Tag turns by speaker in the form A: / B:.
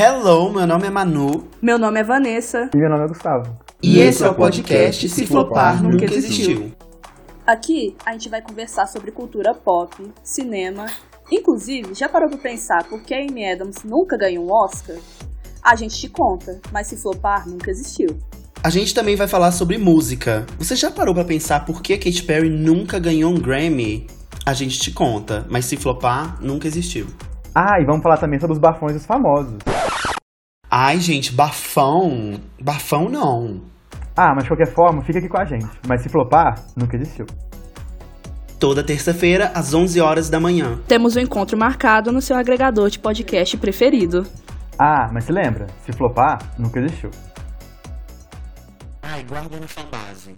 A: Hello, meu nome é Manu.
B: Meu nome é Vanessa.
C: E meu nome é Gustavo.
A: E esse é o podcast Se Flopar Nunca Existiu.
B: Aqui a gente vai conversar sobre cultura pop, cinema. Inclusive, já parou pra pensar por que a Amy Adams nunca ganhou um Oscar? A gente te conta, mas se flopar nunca existiu.
A: A gente também vai falar sobre música. Você já parou pra pensar por que a Katy Perry nunca ganhou um Grammy? A gente te conta, mas se flopar nunca existiu.
C: Ah, e vamos falar também sobre os bafões dos famosos.
A: Ai, gente, bafão. Bafão não.
C: Ah, mas de qualquer forma, fica aqui com a gente. Mas se flopar, nunca existiu.
A: Toda terça-feira, às 11 horas da manhã.
B: Temos um encontro marcado no seu agregador de podcast preferido.
C: Ah, mas se lembra, se flopar, nunca existiu.
A: Ai, guarda na fanbase.